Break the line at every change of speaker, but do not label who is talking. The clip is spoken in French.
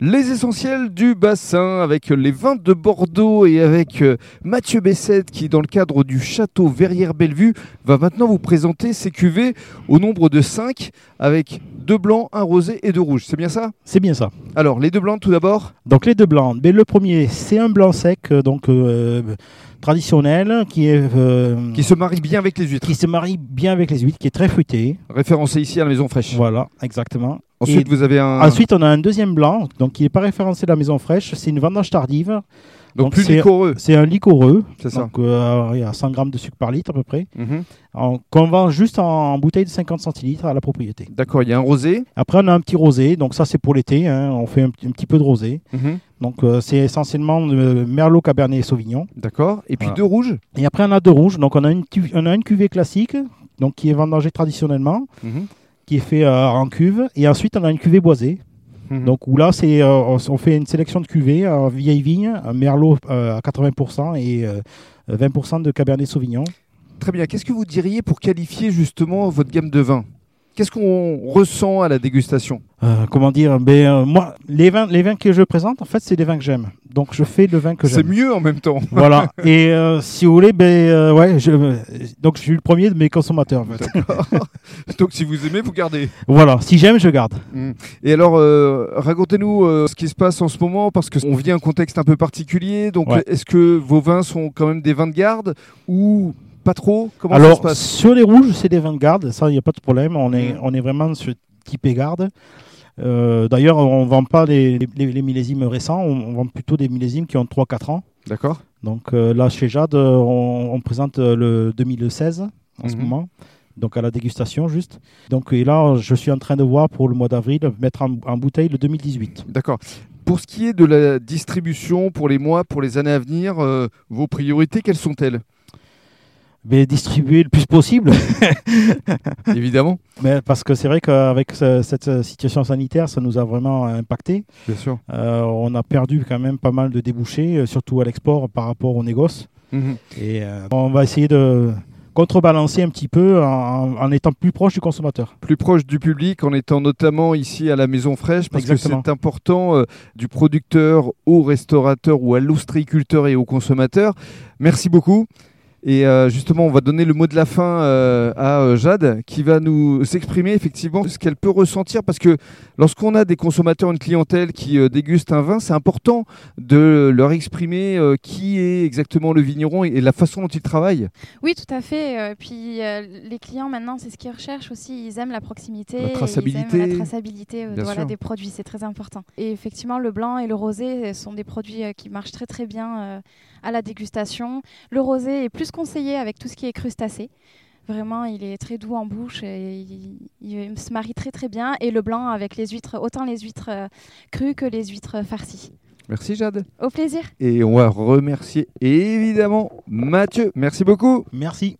Les essentiels du bassin avec les vins de Bordeaux et avec euh, Mathieu Bessette qui, dans le cadre du château Verrières-Bellevue, va maintenant vous présenter ses cuvées au nombre de 5 avec deux blancs, un rosé et deux rouges. C'est bien ça
C'est bien ça.
Alors, les deux blancs tout d'abord
Donc les deux blancs. Mais le premier, c'est un blanc sec, euh, donc euh, traditionnel, qui est euh,
qui se marient bien avec les huîtres.
qui se marie bien avec les huîtres, qui est très fruité.
Référencé ici à la Maison Fraîche.
Voilà, exactement.
Ensuite, vous avez un.
Ensuite, on a un deuxième blanc, donc qui n'est pas référencé à la maison fraîche. C'est une vendange tardive.
donc,
donc
plus
c'est-
liquoreux,
C'est un liquoreux.
c'est ça.
Donc, euh, il y a 100 grammes de sucre par litre à peu près.
Mhm.
En- Qu'on vend juste en, en bouteille de 50 centilitres à la propriété.
D'accord, il y a un rosé.
Après, on a un petit rosé. Donc, ça, c'est pour l'été. hein, on fait un, petit- un petit peu de rosé.
Mhm.
Donc, euh, c'est essentiellement de Merlot, Cabernet et Sauvignon.
D'accord. Et puis
Voilà.
deux rouges.
Et après, on a deux rouges. Donc, on a une, tu- on a une cuvée classique, donc qui est vendangée traditionnellement,
Mhm.
qui est fait euh, en cuve. Et ensuite, on a une cuvée boisée.
Mhm.
Donc, où là, c'est, euh, on, s- on fait une sélection de cuvées en vieille vigne, un merlot euh, à 80% et euh, 20% de cabernet sauvignon.
Très bien. Qu'est-ce que vous diriez pour qualifier justement votre gamme de vins Qu'est-ce qu'on ressent à la dégustation
Euh, comment dire ben, euh, Moi, les vins, les vins que je présente, en fait, c'est des vins que j'aime. Donc, je fais le vin que
C'est
j'aime.
mieux en même temps.
Voilà. Et euh, si vous voulez, ben, euh, ouais, je, euh, donc, je suis le premier de mes consommateurs. en fait.
Donc si vous aimez, vous gardez.
voilà. Si j'aime, je garde.
Et alors, euh, racontez-nous euh, ce qui se passe en ce moment parce que on vit un contexte un peu particulier. Donc
Ouais.
est-ce que vos vins sont quand même des vins de garde ou pas trop Comment ça se
Alors,
passe
sur les rouges, c'est des vanguards, ça, il n'y a pas de problème. On est,
Mhm.
on est vraiment sur type garde. D'ailleurs, on ne vend pas les, les- les millésimes récents, on, on vend plutôt des millésimes qui ont 3-4 ans.
D'accord.
Donc euh, là, chez Jade, euh, on, on présente euh, le 2016 en ce
Mhm.
moment, donc à la dégustation juste. Donc et là, je suis en train de voir pour le mois d'avril, mettre en, en bouteille le 2018.
D'accord. Pour ce qui est de la distribution pour les mois, pour les années à venir, euh, vos priorités, quelles sont-elles
Mais distribuer le plus possible,
Évidemment.
mais parce que c'est vrai qu'avec ce- cette euh, situation sanitaire, ça nous a vraiment euh, impacté.
Bien sûr.
Euh, on a perdu quand même pas mal de débouchés, euh, surtout à l'export par rapport aux négoces.
Mhm.
Et euh, on va essayer de contrebalancer un petit peu en, en étant plus proche du consommateur.
plus proche du public en étant notamment ici à la Maison Fraîche parce
Exactement.
que c'est important euh, du producteur au restaurateur ou à l'ostriculteur et au consommateur. Merci beaucoup. Et euh, justement, on va donner le mot de la fin euh, à euh, Jade qui va nous s'exprimer effectivement ce qu'elle peut ressentir parce que lorsqu'on a des consommateurs, une clientèle qui euh, déguste un vin, c'est important de leur exprimer euh, qui est exactement le vigneron et, et la façon dont il travaille.
Oui, tout à fait. Euh, puis euh, les clients maintenant, c'est ce qu'ils recherchent aussi. Ils aiment la proximité,
La
et ils aiment
traçabilité.
la traçabilité euh,
Bien
voilà,
sûr.
des produits, c'est très important. Et effectivement, le blanc et le rosé euh, sont des produits euh, qui marchent très très bien euh, à la dégustation. Le rosé est plus conseillé avec tout ce qui est crustacé. Vraiment, il est très doux en bouche, et il, il se marie très très bien. Et le blanc avec les huîtres, autant les huîtres euh, crues que les huîtres farcies.
Merci Jade.
Au plaisir.
Et on va remercier évidemment Mathieu. Merci beaucoup.
Merci.